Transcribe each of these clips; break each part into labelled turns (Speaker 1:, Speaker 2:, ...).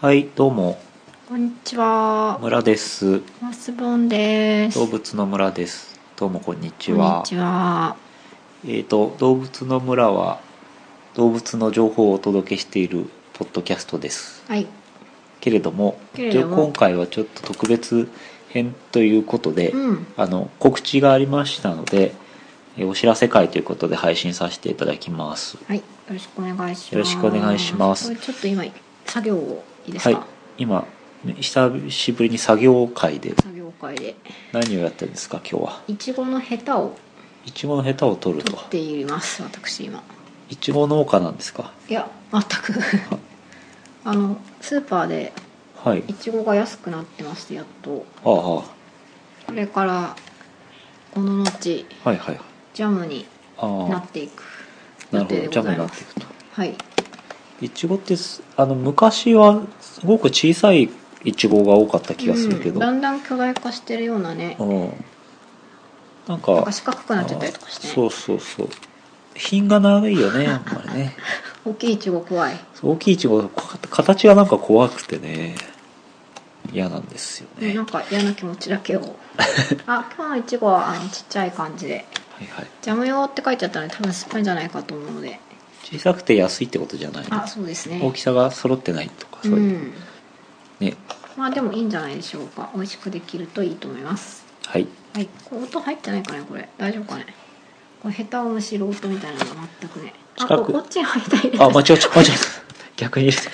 Speaker 1: はい、どうも、
Speaker 2: こんにちは。
Speaker 1: 村です。
Speaker 2: マスボンです。
Speaker 1: 動物の村です。どうもこんにち
Speaker 2: こんに
Speaker 1: は。
Speaker 2: ちは。
Speaker 1: えっ、と、動物の村は動物の情報をお届けしているポッドキャストです。
Speaker 2: はい。
Speaker 1: けれども、
Speaker 2: けれど
Speaker 1: 一
Speaker 2: も
Speaker 1: 応今回はちょっと特別編ということで、
Speaker 2: うん。
Speaker 1: あの告知がありましたので、えーお知らせ会ということで配信させていただきます。
Speaker 2: はい。よろしくお願いします。
Speaker 1: よろしくお願いします
Speaker 2: これちょっと今作業をいいですか？
Speaker 1: はい、今久しぶりに作業会で
Speaker 2: 作業会で
Speaker 1: 何をやってるんですか今日は。
Speaker 2: いちごのヘタを
Speaker 1: いちごのヘタを取る
Speaker 2: 取
Speaker 1: と。
Speaker 2: っています。私今。
Speaker 1: いちご農家なんですか。
Speaker 2: いや全 くあのスーパーで
Speaker 1: はい
Speaker 2: い。ちごが安くなってましてやっと
Speaker 1: ああ、は
Speaker 2: これからこの後
Speaker 1: いはいはい。
Speaker 2: ジャムにな
Speaker 1: あ
Speaker 2: っていく
Speaker 1: あ、な
Speaker 2: 予
Speaker 1: るほ
Speaker 2: 定
Speaker 1: ど。
Speaker 2: で
Speaker 1: ジャ
Speaker 2: ご
Speaker 1: ムにな
Speaker 2: ざいま
Speaker 1: ってい
Speaker 2: す。
Speaker 1: くと。
Speaker 2: はい。
Speaker 1: いちごってすあの昔はすごく小さいいちごが多かった気がするけ
Speaker 2: うん
Speaker 1: ど、
Speaker 2: だんだん巨大化してるようなね。
Speaker 1: うん、なん
Speaker 2: な
Speaker 1: か
Speaker 2: んか四角くなっちゃったりとかして、
Speaker 1: あーそうそうそう品が長いよねやっぱりね
Speaker 2: 大きいイチゴ怖い
Speaker 1: 大きいいちごか形がなんか怖くてね嫌なんですよね
Speaker 2: なんか嫌な気持ちだけ をあ今日のイチゴはあのちっちゃい感じで
Speaker 1: はいはい
Speaker 2: ジャム用って書いてあったので多分酸っぱいんじゃないかと思うので
Speaker 1: 小さくて安いってことじゃないの
Speaker 2: あそうですね
Speaker 1: 大きさが揃ってないとかそうういう、
Speaker 2: ん
Speaker 1: ね
Speaker 2: まあでもいいんじゃないでしょうか美味しくできるといいと思います
Speaker 1: はい
Speaker 2: はいこれ音入ってないかねこれ大丈夫かねこれヘタをむしる音みたいなのが全くねあ
Speaker 1: 近く
Speaker 2: ここっちに入りたいです
Speaker 1: あ間違った間違った逆に入れて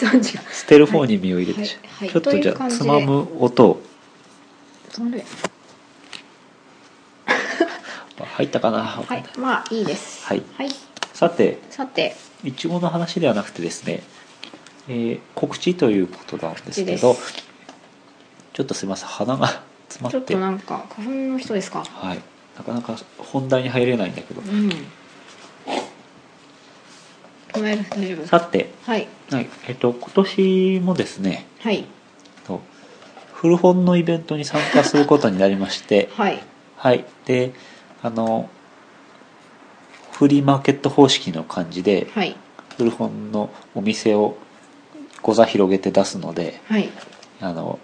Speaker 2: 大惨事が
Speaker 1: 捨てる方に身を入れてしまう、
Speaker 2: はいはいはい
Speaker 1: ちょっとじゃ
Speaker 2: という
Speaker 1: あ
Speaker 2: 感じ
Speaker 1: つ
Speaker 2: で
Speaker 1: まむ音を
Speaker 2: そんで
Speaker 1: あ入ったかな、
Speaker 2: は
Speaker 1: はい
Speaker 2: い、まあいいです
Speaker 1: はい
Speaker 2: はい、
Speaker 1: さて
Speaker 2: さて
Speaker 1: いちごの話ではなくてですね、えー告知ということなんですけど
Speaker 2: 告知で
Speaker 1: ちょっとすいません鼻が詰
Speaker 2: ち
Speaker 1: ま
Speaker 2: ょ
Speaker 1: っ
Speaker 2: ってとなんか花粉の人ですか
Speaker 1: はいなかなか本題に入れないんだけど
Speaker 2: うん。止める大丈夫。
Speaker 1: さて、
Speaker 2: はい
Speaker 1: はいえっと今年もですね
Speaker 2: はい
Speaker 1: と古本のイベントに参加することになりまして
Speaker 2: はい
Speaker 1: はい、であのフリーマーケット方式の感じで
Speaker 2: はい
Speaker 1: 古本のお店をご座広げて出すので
Speaker 2: はい
Speaker 1: あの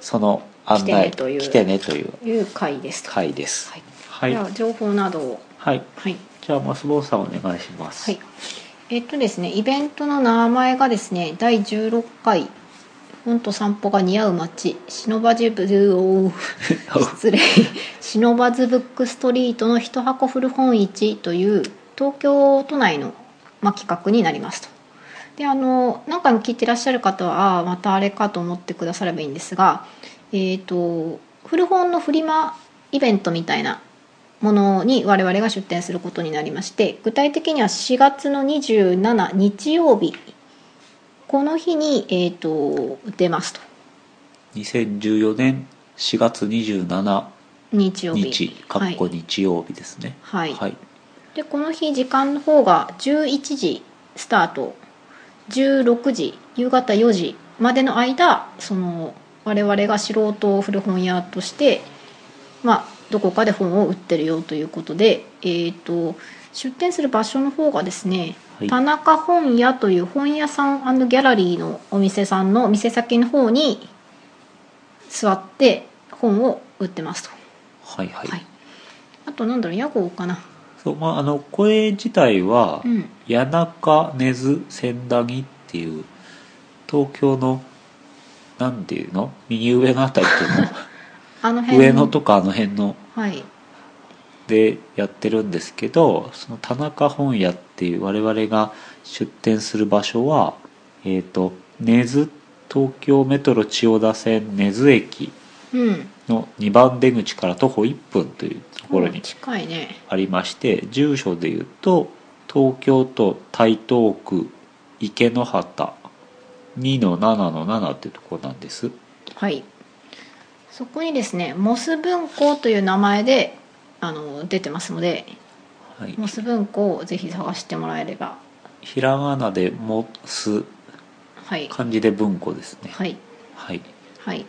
Speaker 1: その案内
Speaker 2: 来てねという
Speaker 1: 来てねという
Speaker 2: いう回ですと。
Speaker 1: 回です
Speaker 2: は
Speaker 1: はい
Speaker 2: い。じゃ
Speaker 1: は
Speaker 2: あ
Speaker 1: い、
Speaker 2: 情報などをはい
Speaker 1: じゃあマスボンさんお願いします
Speaker 2: はい。えっとですねイベントの名前がですね第16回本と散歩が似合う街忍ばじぶおー失礼忍ばずブックストリートの一箱古本市という東京都内の、まあ、企画になりますと。であの何回も聞いてらっしゃる方はああまたあれかと思ってくださればいいんですが、えー、と古本のフリマイベントみたいなものに我々が出展することになりまして具体的には4月の27日曜日この日に、えー、と出ますと
Speaker 1: 2014年4月27
Speaker 2: 日曜日
Speaker 1: 日かっこ日曜日ですね
Speaker 2: はい
Speaker 1: はい、
Speaker 2: でこの日時間の方が11時スタート16時夕方4時までの間その我々が素人古本屋として、まあ、どこかで本を売ってるよということで、えー、と出店する場所の方がですね、
Speaker 1: はい
Speaker 2: 田中本屋という本屋さんギャラリーのお店さんの店先の方に座って本を売ってますと。
Speaker 1: はいはい
Speaker 2: はい、あとなんだろう屋号かな。
Speaker 1: そうまああの声自体は、
Speaker 2: うん
Speaker 1: 谷中根津千駄木っていう東京のなんていうの右上のあたりって
Speaker 2: あ
Speaker 1: いう
Speaker 2: の
Speaker 1: の
Speaker 2: 辺
Speaker 1: 上野とかあの辺の
Speaker 2: はい
Speaker 1: でやってるんですけどその田中本屋っていう我々が出店する場所はえっ、と根津東京メトロ千代田線根津駅
Speaker 2: うん
Speaker 1: の2番出口から徒歩1分というところに
Speaker 2: 近いね
Speaker 1: ありまして住所で言うと東京都台東区池の畑2の7の7っていうところなんです
Speaker 2: はいそこにですねモス文庫という名前であの出てますので
Speaker 1: はい
Speaker 2: モス文庫をぜひ探してもらえれば
Speaker 1: ひらがなで「もす
Speaker 2: はい」
Speaker 1: 漢字で文庫ですね
Speaker 2: はい
Speaker 1: はい
Speaker 2: はい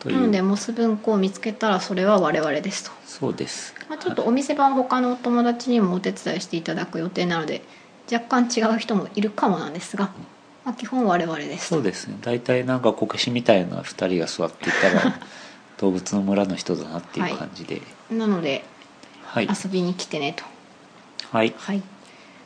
Speaker 1: と
Speaker 2: なの
Speaker 1: い
Speaker 2: で
Speaker 1: う
Speaker 2: モス文庫を見つけたらそれは我々ですと、
Speaker 1: そうです
Speaker 2: まあ、ちょっとお店番他のお友達にもお手伝いしていただく予定なので若干違う人もいるかもなんですが、まあ、基本我々です
Speaker 1: そう
Speaker 2: と
Speaker 1: ですね大体なんかこけしみたいな2人が座っていた ら動物の村の人だなっていう感じで
Speaker 2: なので
Speaker 1: はい
Speaker 2: 遊びに来てねと
Speaker 1: はい
Speaker 2: はい、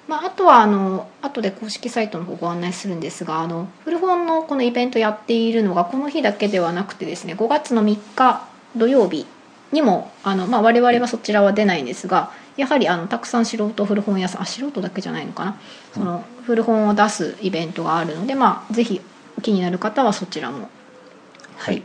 Speaker 2: まあ、あとはあの後で公式サイトの方ご案内するんですがあの古本のこのイベントやっているのがこの日だけではなくてですね5月の3日土曜日にもあの、まあ、我々はそちらは出ないんですがやはりあのたくさん素人古本屋さんあ素人だけじゃないのかなその古本を出すイベントがあるので、まあ、ぜひ気になる方はそちらも
Speaker 1: はい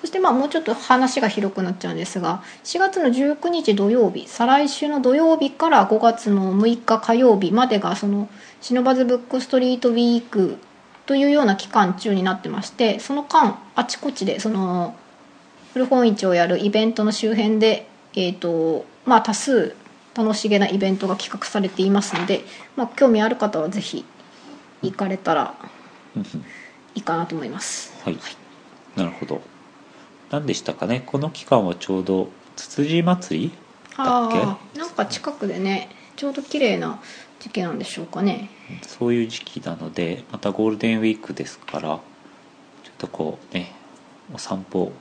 Speaker 2: そしてまあもうちょっと話が広くなっちゃうんですが4月の19日土曜日再来週の土曜日から5月の6日火曜日までがその「シノバズブックストリートウィーク」というような期間中になってましてその間あちこちでその古本市をやるイベントの周辺で、えーとまあ、多数楽しげなイベントが企画されていますので、まあ、興味ある方はぜひ行かれたらいいかなと思います。
Speaker 1: はい、なるほど何でしたかねこの期間はちょうどつつじ祭りだっけ
Speaker 2: あーなんか近くでねちょうど綺麗な時期なんでしょうかね
Speaker 1: そういう時期なのでまたゴールデンウィークですからちょっとこうねお散歩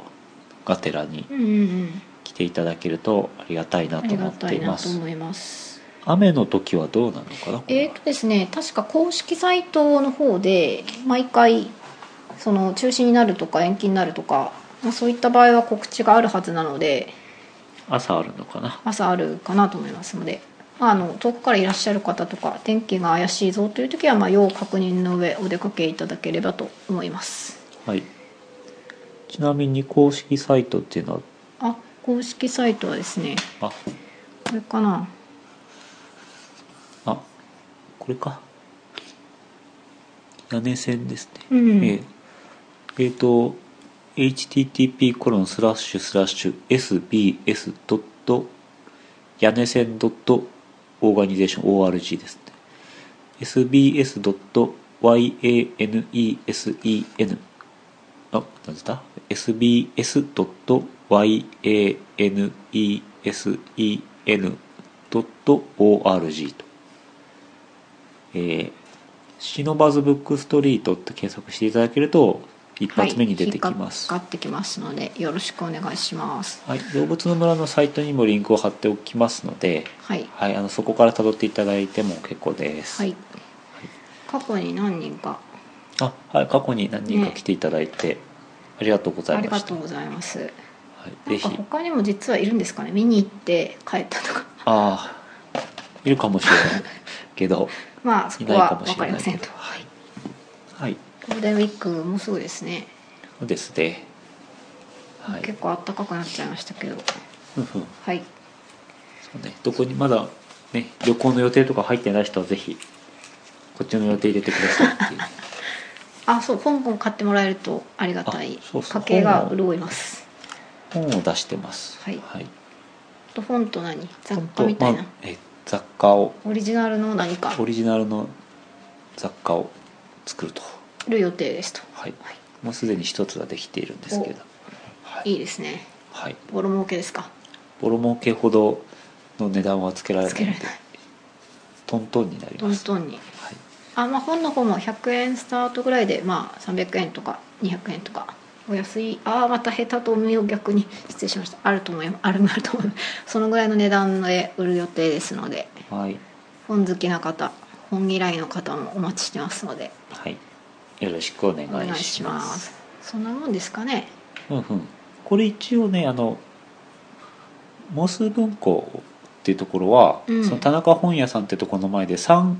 Speaker 1: がてらに
Speaker 2: うんうんうん
Speaker 1: 来ていただけるとありがたいな
Speaker 2: あ
Speaker 1: と
Speaker 2: り
Speaker 1: 思
Speaker 2: が
Speaker 1: ったて
Speaker 2: い
Speaker 1: い
Speaker 2: な
Speaker 1: ま
Speaker 2: と
Speaker 1: す
Speaker 2: 思います
Speaker 1: 雨の時はどうなのかなこれ
Speaker 2: え
Speaker 1: は
Speaker 2: ーとですね確か公式サイトの方で毎回その中止になるとか延期になるとか、まあ、そういった場合は告知があるはずなので
Speaker 1: 朝あるのかな
Speaker 2: 朝あるかなと思いますので、まあ、あの遠くからいらっしゃる方とか天気が怪しいぞという時はまあ要確認の上お出かけいただければと思います
Speaker 1: はいちなみに公式サイトっていうのは
Speaker 2: あ公式サイトはですね
Speaker 1: あ
Speaker 2: これかな
Speaker 1: あこれか屋根線ですね、
Speaker 2: うん
Speaker 1: えーえーと http コロンスラッシュスラッシュ sbs ドット屋根線ドットオーガニゼーション org ですね sbs ドット yanesen あなんだ sbs ドット yanesen ドット org とえー、シノバズブックストリートって検索していただけると一発目に出てきます、
Speaker 2: はい、
Speaker 1: は
Speaker 2: 引っかかってきますのでよろしくお願いします。
Speaker 1: い動物の村のサイトにもリンクを貼っておきますので、
Speaker 2: はい。
Speaker 1: はい、あのそこから辿っていただいても結構です、
Speaker 2: はい。過去に何人か
Speaker 1: あはい、過去に何人か
Speaker 2: ね
Speaker 1: 来ていただいて、ありがとうござ
Speaker 2: あ
Speaker 1: い
Speaker 2: り
Speaker 1: ま
Speaker 2: が
Speaker 1: した
Speaker 2: とうございます。
Speaker 1: はい、
Speaker 2: な
Speaker 1: ぜ
Speaker 2: んか
Speaker 1: ひ
Speaker 2: 他にも実はいるんですかね。見に行って帰ったとか、
Speaker 1: ああいるかもしれないけど
Speaker 2: まあそ
Speaker 1: い
Speaker 2: こ
Speaker 1: ないか
Speaker 2: は
Speaker 1: も
Speaker 2: わ
Speaker 1: し
Speaker 2: か
Speaker 1: れ
Speaker 2: り
Speaker 1: ない
Speaker 2: ま
Speaker 1: け
Speaker 2: せ
Speaker 1: ど
Speaker 2: んと。
Speaker 1: はい、はい、
Speaker 2: ゴールデンウィークもうすぐですね。
Speaker 1: そうですねはい
Speaker 2: 結構暖かくなっちゃいましたけど、
Speaker 1: うんうん
Speaker 2: はい。
Speaker 1: そうね、どこにまだ、ね、旅行の予定とか入ってない人はぜひこっちの予定入れてください っていう
Speaker 2: あ、そう本本買ってもらえるとありがたい
Speaker 1: あそうそ
Speaker 2: 家
Speaker 1: う
Speaker 2: 計が
Speaker 1: 本を
Speaker 2: 潤います。
Speaker 1: 本を出してます
Speaker 2: はいあと本と何雑
Speaker 1: 本
Speaker 2: 貨
Speaker 1: 当
Speaker 2: みたい
Speaker 1: ま
Speaker 2: な
Speaker 1: あ、え雑貨を
Speaker 2: オリジナルの何か
Speaker 1: オリジナルの雑貨を作ると、
Speaker 2: 売る予定ですと。
Speaker 1: はい、もうすでに一つはできているんですけど、はい
Speaker 2: いいですね。
Speaker 1: はい、
Speaker 2: ボロ儲けですか。
Speaker 1: ボロ儲けほどの値段はつけられ
Speaker 2: つ
Speaker 1: ない
Speaker 2: けら
Speaker 1: の
Speaker 2: れ
Speaker 1: で
Speaker 2: ない。
Speaker 1: トントンになり
Speaker 2: ト
Speaker 1: ま
Speaker 2: ン
Speaker 1: す、
Speaker 2: トンに
Speaker 1: はい、
Speaker 2: あまあ本の方も100円スタートぐらいでまあ300円とか200円とかお安いああまた下手と思いを逆に失礼しましたあると思いますあるあると思います そのぐらいの値段で売る予定ですので
Speaker 1: はい
Speaker 2: 本好きな方本嫌いの方もお待ちしてますので
Speaker 1: はい、よろしくお願い
Speaker 2: お願いし
Speaker 1: し
Speaker 2: ま
Speaker 1: ますす
Speaker 2: そんなもんですかね
Speaker 1: うんうん、これ一応ねあのモス文庫っていうところは、
Speaker 2: うん
Speaker 1: その田中本屋さんってとこの前で 3,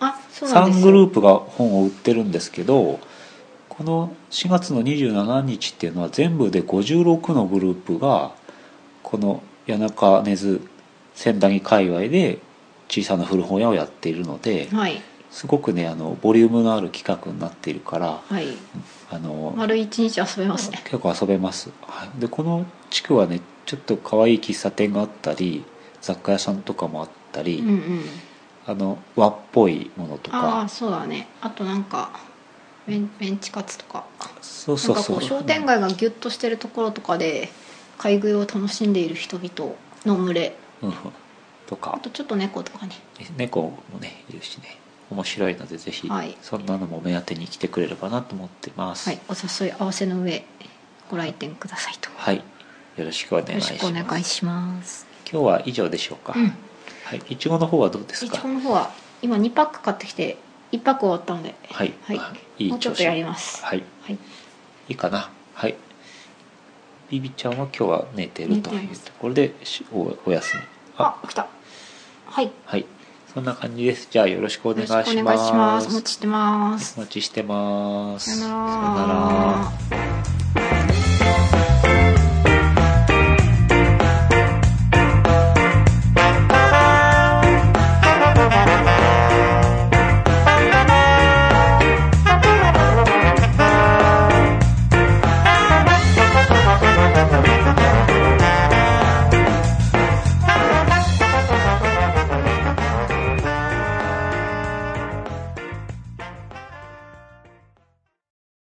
Speaker 2: あそうなんです
Speaker 1: 3
Speaker 2: よ
Speaker 1: グループが本を売ってるんですけどこの4月の27日っていうのは全部で56のグループがこの谷中根津千駄木界隈で小さな古本屋をやっているので
Speaker 2: はい
Speaker 1: すごくねあのボリュームのある企画になっているから
Speaker 2: はい
Speaker 1: あの、
Speaker 2: 丸一日遊べますね
Speaker 1: 結構遊べます、はい、でこの地区はねちょっと可愛い喫茶店があったり雑貨屋さんとかもあったり、
Speaker 2: うんうん
Speaker 1: あの和っぽいものと
Speaker 2: ああー
Speaker 1: か
Speaker 2: そうだねあとなんかメンメンチカツとか
Speaker 1: そうそうそう
Speaker 2: なんかこう商店街がギュッとしてるところとかで買い食いを楽しんでいる人々の群れ
Speaker 1: うんと
Speaker 2: あ
Speaker 1: か
Speaker 2: とちょっと猫とかね
Speaker 1: 猫もねいるしね面白いのでぜひ、
Speaker 2: はい
Speaker 1: そんなのも目当てに来てくれればなと思ってます
Speaker 2: はい、お誘い合わせの上ご来店くださいと
Speaker 1: はいよろしくお願
Speaker 2: よろ
Speaker 1: いし
Speaker 2: し
Speaker 1: ます
Speaker 2: くお願いします
Speaker 1: 今日は以上でしょうか、
Speaker 2: うん
Speaker 1: はいいちごの方はどうです
Speaker 2: いち
Speaker 1: か
Speaker 2: ごの方は今2パック買ってきて1パック終わったのでは
Speaker 1: はいいい
Speaker 2: もうちょっとやります
Speaker 1: はい
Speaker 2: はい、
Speaker 1: いいかなはいビビちゃんは今日は寝てるとい
Speaker 2: 寝て
Speaker 1: う
Speaker 2: ます
Speaker 1: ところでしおお休み
Speaker 2: あ来たはいよ
Speaker 1: はいそんな感じですじゃあよろしくお願
Speaker 2: ろ
Speaker 1: い
Speaker 2: し
Speaker 1: し
Speaker 2: くお願いしま
Speaker 1: ます
Speaker 2: お
Speaker 1: す
Speaker 2: 待ちしてます
Speaker 1: お待ちしてます
Speaker 2: さよな
Speaker 1: さよなら
Speaker 2: ら